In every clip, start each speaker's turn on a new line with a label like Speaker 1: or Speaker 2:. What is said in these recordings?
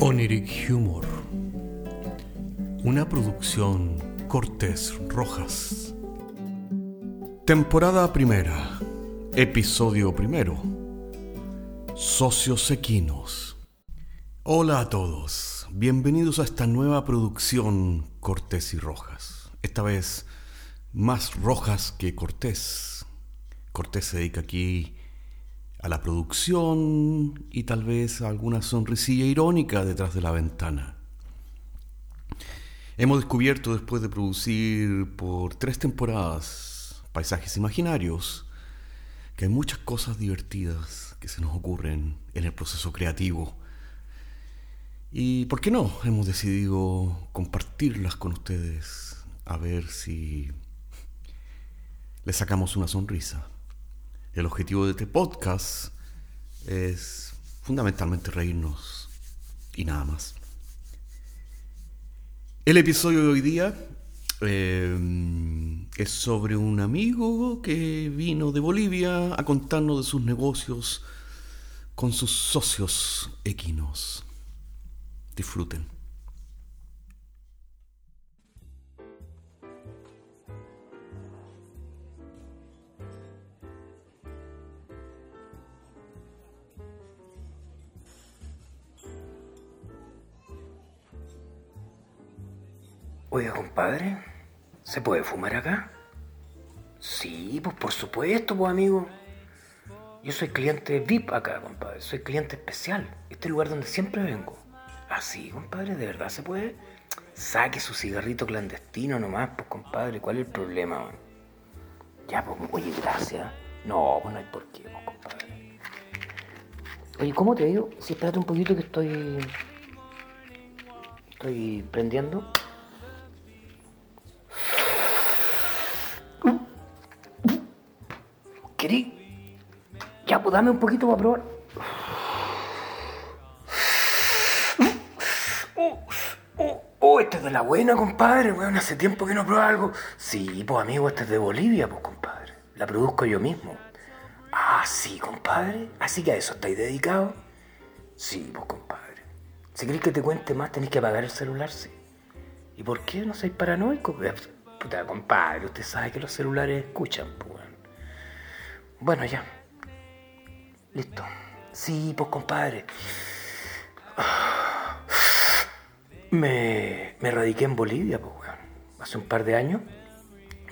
Speaker 1: Oniric Humor. Una producción Cortés Rojas. Temporada primera. Episodio primero. Socios equinos. Hola a todos. Bienvenidos a esta nueva producción Cortés y Rojas. Esta vez más rojas que Cortés. Cortés se dedica aquí a la producción y tal vez a alguna sonrisilla irónica detrás de la ventana. Hemos descubierto después de producir por tres temporadas paisajes imaginarios que hay muchas cosas divertidas que se nos ocurren en el proceso creativo. Y por qué no, hemos decidido compartirlas con ustedes a ver si le sacamos una sonrisa. El objetivo de este podcast es fundamentalmente reírnos y nada más. El episodio de hoy día eh, es sobre un amigo que vino de Bolivia a contarnos de sus negocios con sus socios equinos. Disfruten.
Speaker 2: Oiga, compadre, ¿se puede fumar acá? Sí, pues por supuesto, pues amigo. Yo soy cliente VIP acá, compadre. Soy cliente especial. Este es el lugar donde siempre vengo. Ah, sí, compadre, ¿de verdad se puede? Saque su cigarrito clandestino nomás, pues compadre. ¿Cuál es el problema, man? Ya, pues, oye, gracias. No, pues no hay por qué, pues, compadre. Oye, ¿cómo te digo? Si espérate un poquito que estoy... Estoy prendiendo. ¿Querí? Ya, pues dame un poquito para probar. Oh, oh, oh, este es de la buena, compadre, weón. Hace tiempo que no prueba algo. Sí, pues amigo, este es de Bolivia, pues compadre. La produzco yo mismo. Ah, sí, compadre. Así que a eso estáis dedicado. Sí, pues compadre. Si queréis que te cuente más, tenéis que apagar el celular, sí. ¿Y por qué no sois paranoico? Eh, Puta, compadre, usted sabe que los celulares escuchan, pues, weón. Bueno, ya. Listo. Sí, pues compadre. Me, me radiqué en Bolivia, pues, weón. Hace un par de años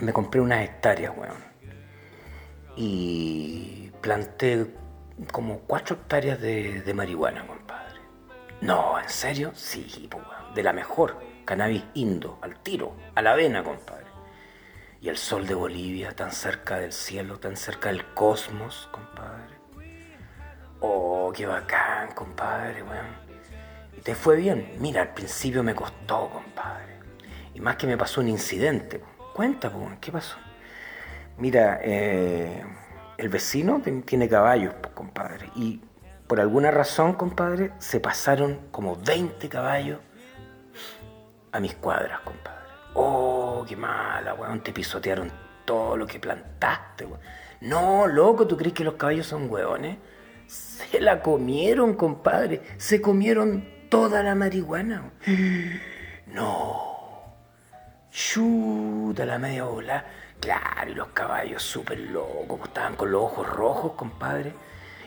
Speaker 2: me compré unas hectáreas, weón. Y planté como cuatro hectáreas de, de marihuana, compadre. No, ¿en serio? Sí, pues, weón. De la mejor. Cannabis indo, al tiro, a la avena, compadre. Y el sol de Bolivia, tan cerca del cielo, tan cerca del cosmos, compadre. Oh, qué bacán, compadre, weón. Y te fue bien. Mira, al principio me costó, compadre. Y más que me pasó un incidente. Cuenta, po, weón, ¿qué pasó? Mira, eh, el vecino ten- tiene caballos, po, compadre. Y por alguna razón, compadre, se pasaron como 20 caballos a mis cuadras, compadre. Oh, qué mala, weón. Te pisotearon todo lo que plantaste, weón. No, loco, ¿tú crees que los caballos son weones? Se la comieron, compadre. Se comieron toda la marihuana. weón. No. Chuta la media bola. Claro, y los caballos súper locos. pues, Estaban con los ojos rojos, compadre.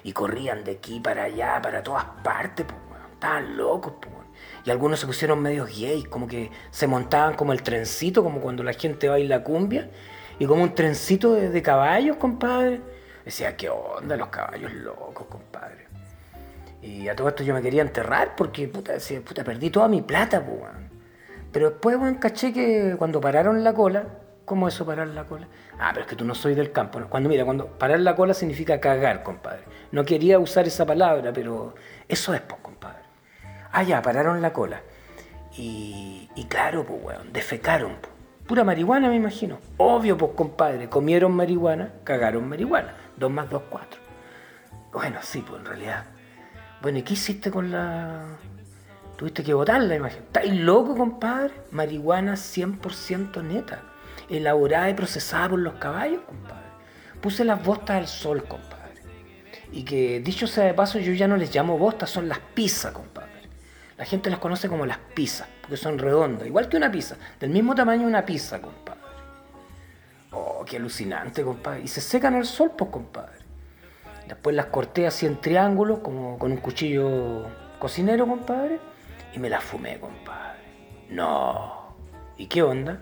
Speaker 2: Y corrían de aquí para allá, para todas partes, pues, weón. Estaban locos, pues, weón. Y algunos se pusieron medios gays, como que se montaban como el trencito, como cuando la gente baila cumbia. Y como un trencito de, de caballos, compadre. Decía, ¿qué onda los caballos locos, compadre? Y a todo esto yo me quería enterrar porque, puta, decía, puta perdí toda mi plata, po, weón. Pero después, weón, caché que cuando pararon la cola, ¿cómo eso parar la cola? Ah, pero es que tú no soy del campo. ¿no? Cuando, mira, cuando parar la cola significa cagar, compadre. No quería usar esa palabra, pero eso es, pues, compadre. Ah, ya, pararon la cola. Y, y claro, pues, weón, defecaron, po. Pura marihuana, me imagino. Obvio, pues, compadre. Comieron marihuana, cagaron marihuana. Dos más dos, cuatro. Bueno, sí, pues en realidad. Bueno, ¿y qué hiciste con la.? Tuviste que botar la imagen. ¿Estáis loco, compadre? Marihuana 100% neta. Elaborada y procesada por los caballos, compadre. Puse las bostas al sol, compadre. Y que, dicho sea de paso, yo ya no les llamo bostas, son las pizzas, compadre. La gente las conoce como las pizzas, porque son redondas, igual que una pizza, del mismo tamaño de una pizza, compadre. Oh, qué alucinante, compadre. Y se secan al sol, pues, compadre. Después las corté así en triángulos, como con un cuchillo cocinero, compadre, y me las fumé, compadre. No. ¿Y qué onda?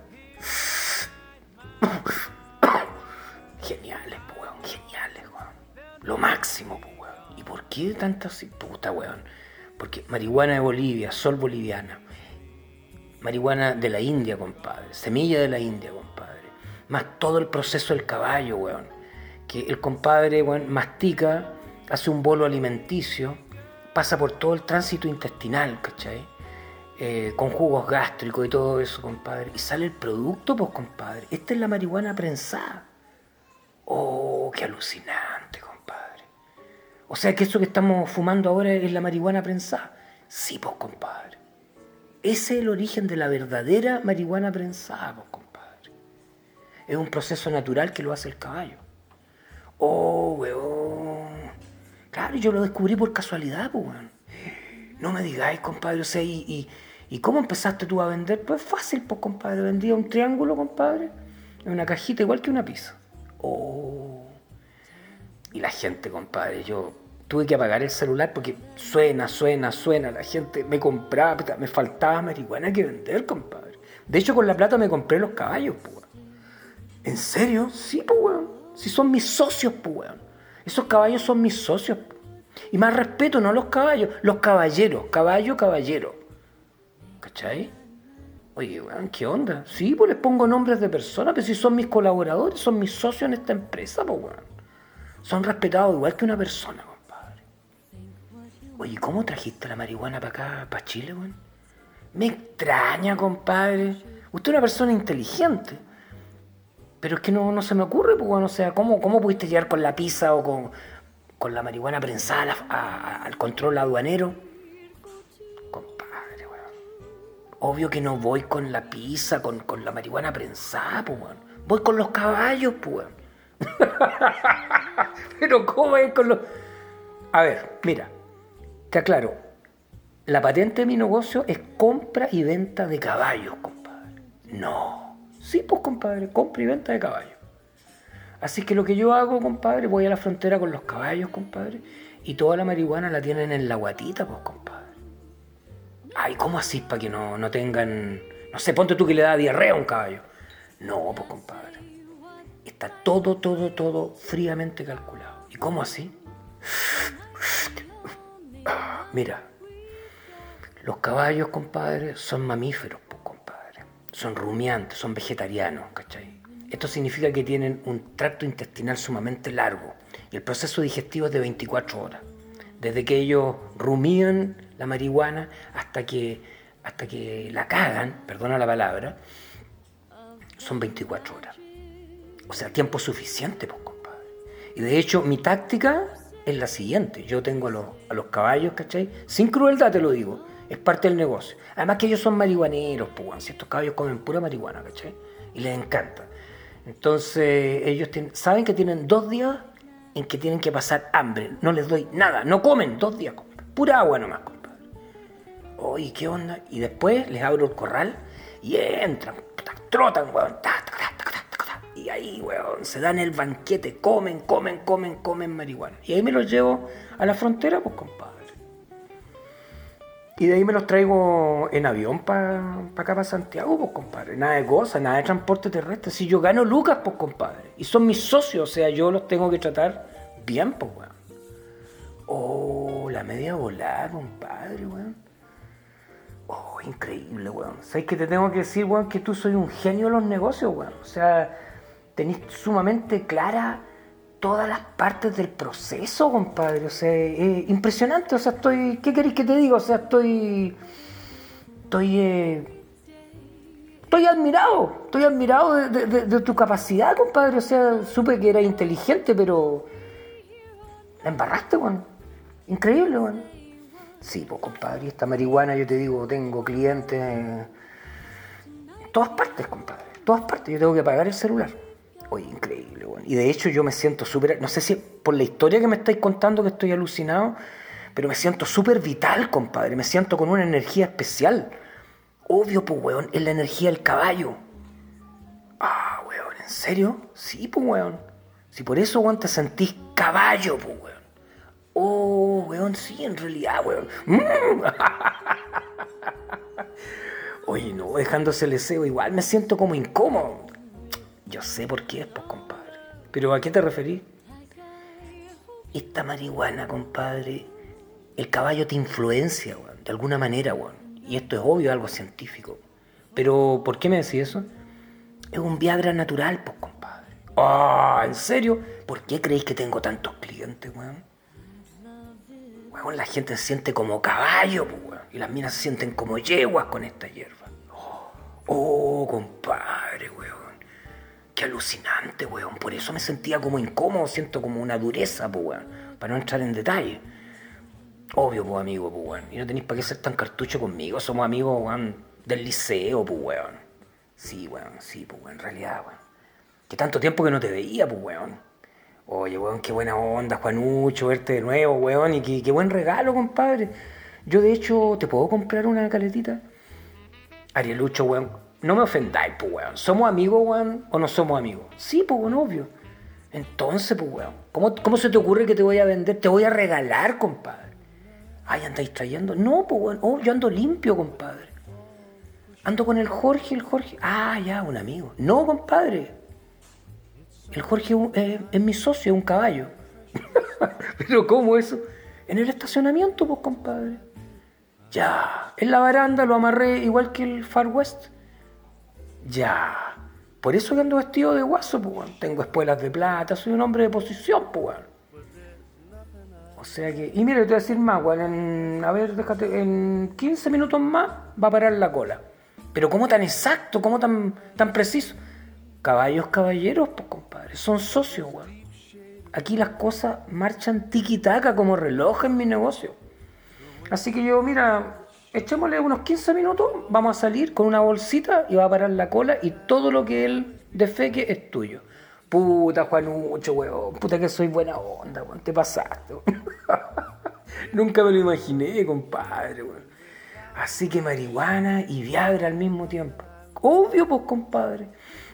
Speaker 2: geniales, po, weón, geniales, weón. Lo máximo, po, weón. ¿Y por qué tanta así? Puta, weón. Porque marihuana de Bolivia, sol boliviana. Marihuana de la India, compadre. Semilla de la India, compadre. Más todo el proceso del caballo, weón. Que el compadre, weón, mastica, hace un bolo alimenticio, pasa por todo el tránsito intestinal, ¿cachai? Eh, con jugos gástricos y todo eso, compadre. Y sale el producto, pues, compadre. Esta es la marihuana prensada. Oh, qué alucinante, compadre. O sea que eso que estamos fumando ahora es la marihuana prensada. Sí, pues, compadre. Ese es el origen de la verdadera marihuana prensada, pues, compadre. Es un proceso natural que lo hace el caballo. Oh, weón. Claro, yo lo descubrí por casualidad, pues, weón. No me digáis, compadre, o sea, ¿y, y, y cómo empezaste tú a vender? Pues fácil, pues, compadre. Vendía un triángulo, compadre, en una cajita igual que una pizza. Oh. Y la gente, compadre, yo tuve que apagar el celular porque suena, suena, suena. La gente me compraba, puta, me faltaba marihuana que vender, compadre. De hecho, con la plata me compré los caballos, pues. weón. ¿En serio? Sí, pues, weón. Sí, son mis socios, pues, weón. Esos caballos son mis socios. pues. Y más respeto, no los caballos, los caballeros. Caballo, caballero. ¿Cachai? Oye, weón, ¿qué onda? Sí, pues les pongo nombres de personas, pero si son mis colaboradores, son mis socios en esta empresa, pues weón. Son respetados igual que una persona, compadre. Oye, ¿cómo trajiste la marihuana para acá, para Chile, weón? Me extraña, compadre. Usted es una persona inteligente. Pero es que no, no se me ocurre, pues, weón. O sea, ¿cómo, ¿cómo pudiste llegar con la pizza o con, con la marihuana prensada a la- a- a- al control aduanero? Compadre, weón. Obvio que no voy con la pizza, con, con la marihuana prensada, pues, weón. Voy con los caballos, pues, weón. Pero ¿cómo es con los...? A ver, mira, te aclaro. La patente de mi negocio es compra y venta de caballos, compadre. No. Sí, pues, compadre, compra y venta de caballos. Así que lo que yo hago, compadre, voy a la frontera con los caballos, compadre, y toda la marihuana la tienen en la guatita, pues, compadre. Ay, ¿cómo así para que no, no tengan... No sé, ponte tú que le da diarrea a un caballo. No, pues compadre. Está todo, todo, todo fríamente calculado. ¿Y cómo así? Mira, los caballos, compadre, son mamíferos, pues, compadre. Son rumiantes, son vegetarianos, ¿cachai? Esto significa que tienen un tracto intestinal sumamente largo y el proceso digestivo es de 24 horas. Desde que ellos rumían la marihuana hasta que, hasta que la cagan, perdona la palabra, son 24 horas. O sea, tiempo suficiente, pues, compadre. Y de hecho, mi táctica es la siguiente. Yo tengo a los, a los caballos, ¿cachai? Sin crueldad te lo digo. Es parte del negocio. Además que ellos son marihuaneros, pues, weón. Si estos caballos comen pura marihuana, ¿cachai? Y les encanta. Entonces, ellos tienen- saben que tienen dos días en que tienen que pasar hambre. No les doy nada. No comen dos días, compadre. Pura agua nomás, compadre. Oye, ¿qué onda? Y después les abro el corral y entran, puta, trotan, weón. ta, ta, ta, ta, ta, ta, ta. Y ahí, weón, se dan el banquete, comen, comen, comen, comen marihuana. Y ahí me los llevo a la frontera, pues, compadre. Y de ahí me los traigo en avión para acá, para Santiago, pues, compadre. Nada de cosas, nada de transporte terrestre. Si yo gano lucas, pues, compadre. Y son mis socios, o sea, yo los tengo que tratar bien, pues, weón. Oh, la media volada, compadre, weón. Oh, increíble, weón. Sabes que te tengo que decir, weón, que tú soy un genio de los negocios, weón. O sea, tenés sumamente clara todas las partes del proceso, compadre. O sea, es impresionante. O sea, estoy. ¿Qué querés que te diga? O sea, estoy. Estoy. eh, Estoy admirado, estoy admirado de, de- de- de tu capacidad, compadre. O sea, supe que eras inteligente, pero. La embarraste, weón. Increíble, weón. Sí, pues compadre, esta marihuana yo te digo, tengo clientes en todas partes, compadre. Todas partes, yo tengo que pagar el celular. Oye, increíble, weón. Y de hecho yo me siento súper, no sé si por la historia que me estáis contando que estoy alucinado, Pero me siento súper vital, compadre. Me siento con una energía especial. Obvio, pues, weón, es la energía del caballo. Ah, weón, ¿en serio? Sí, pues, weón. Si por eso, weón, te sentís caballo, pues, weón. Oh, weón, sí, en realidad, weón. Mm. Oye, no, dejándose el deseo, igual me siento como incómodo. Yo sé por qué es, pues, compadre. ¿Pero a qué te referís? Esta marihuana, compadre, el caballo te influencia, weón, de alguna manera, weón. Y esto es obvio, algo científico. Pero, ¿por qué me decís eso? Es un Viagra natural, pues, compadre. Ah, ¿en serio? ¿Por qué creéis que tengo tantos clientes, weón? Weón, la gente se siente como caballo, pues, weón. Y las minas se sienten como yeguas con esta hierba. Oh, compadre, weón. Qué alucinante, weón. Por eso me sentía como incómodo, siento como una dureza, pues, weón. Para no entrar en detalle. Obvio, pues, amigo, pues, weón. Y no tenéis para qué ser tan cartucho conmigo. Somos amigos, weón, del liceo, pues, weón. Sí, weón, sí, pues, weón. En realidad, weón. Que tanto tiempo que no te veía, pues, weón. Oye, weón, qué buena onda, Juanucho, verte de nuevo, weón. Y qué, qué buen regalo, compadre. Yo, de hecho, ¿te puedo comprar una caletita? Arielucho, weón, no me ofendáis, pues, weón. ¿Somos amigos, weón, o no somos amigos? Sí, pues, weón, obvio. Entonces, pues, weón, ¿cómo, ¿cómo se te ocurre que te voy a vender? Te voy a regalar, compadre. Ay, andáis trayendo. No, pues, weón, oh, yo ando limpio, compadre. Ando con el Jorge, el Jorge. Ah, ya, un amigo. No, compadre. El Jorge es un- eh, es mi socio, es un caballo. Pero, ¿cómo eso? En el estacionamiento, pues, compadre. Ya. En la baranda lo amarré igual que el Far West. Ya. Por eso que ando vestido de guaso, pues, weón. Tengo espuelas de plata, soy un hombre de posición, pues, weón. O sea que. Y mira, te voy a decir más, weón. en- a ver, déjate. En 15 minutos más va a parar la cola. Pero, ¿cómo tan exacto? ¿Cómo tan, tan preciso? Caballos, caballeros, pues, compadre. Son socios, weón. Aquí las cosas marchan tiki-taka como reloj en mi negocio. Así que yo, mira, echémosle unos 15 minutos, vamos a salir con una bolsita y va a parar la cola y todo lo que él defeque es tuyo. Puta, Juanucho, weón, puta que soy buena onda, weón, te pasaste. weón. Nunca me lo imaginé, compadre, weón. Así que marihuana y Viagra al mismo tiempo. Obvio, pues, compadre.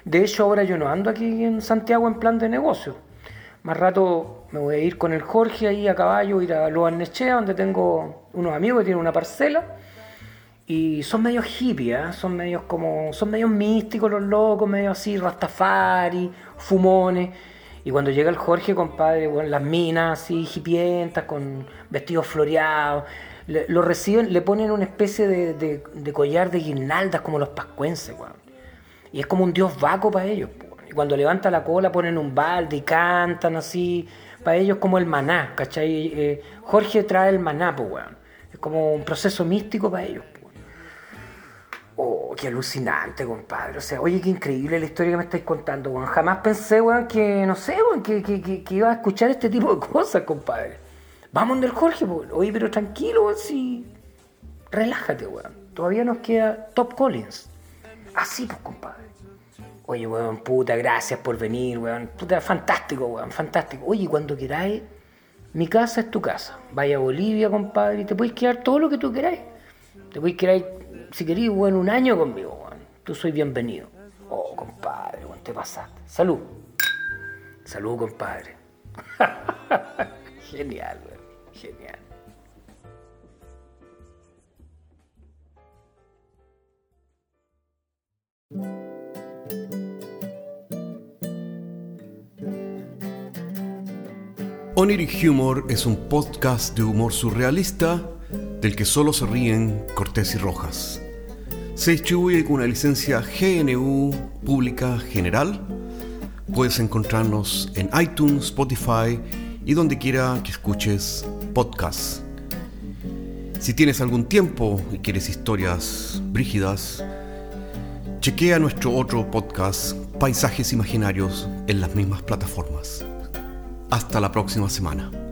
Speaker 2: De hecho, ahora yo no ando aquí en Santiago en plan de negocio. Más rato me voy a ir con el Jorge ahí a caballo, ir a Loa Nechea, donde tengo unos amigos que tienen una parcela. Y son medios hippies, ¿eh? son medios como. son medios místicos los locos, medios así, rastafari, fumones. Y cuando llega el Jorge, compadre, bueno, las minas así hipientas, con vestidos floreados, le- lo reciben, le ponen una especie de, de- de collar de guirnaldas como los pascuenses, weón. Y es como un dios vaco para ellos, po. Y cuando levanta la cola ponen un balde y cantan así. Para ellos como el maná, ¿cachai? Eh, Jorge trae el maná, pues, weón. Es como un proceso místico para ellos, po. Oh, qué alucinante, compadre. O sea, oye, qué increíble la historia que me estáis contando, weón. Jamás pensé, weón, que, no sé, weón, que, que- que- que iba a escuchar este tipo de cosas, compadre. Vamos del Jorge, weón. Oye, pero tranquilo, weón, si... Relájate, weón. Todavía nos queda Top Collins. Así, pues, compadre. Oye, weón, puta, gracias por venir, weón. Puta, fantástico, weón, fantástico. Oye, cuando queráis, mi casa es tu casa. Vaya a Bolivia, compadre, y te podéis quedar todo lo que tú queráis. Te podéis quedar, si querís, weón, un año conmigo, weón. Tú sois bienvenido. Oh, compadre, weón, te pasaste. Salud. Salud, compadre. genial, weón, genial.
Speaker 1: Oniric Humor es un podcast de humor surrealista del que solo se ríen Cortés y Rojas. Se distribuye con una licencia GNU Pública General. Puedes encontrarnos en iTunes, Spotify y donde quiera que escuches podcasts. Si tienes algún tiempo y quieres historias brígidas, chequea nuestro otro podcast, Paisajes Imaginarios, en las mismas plataformas. Hasta la próxima semana.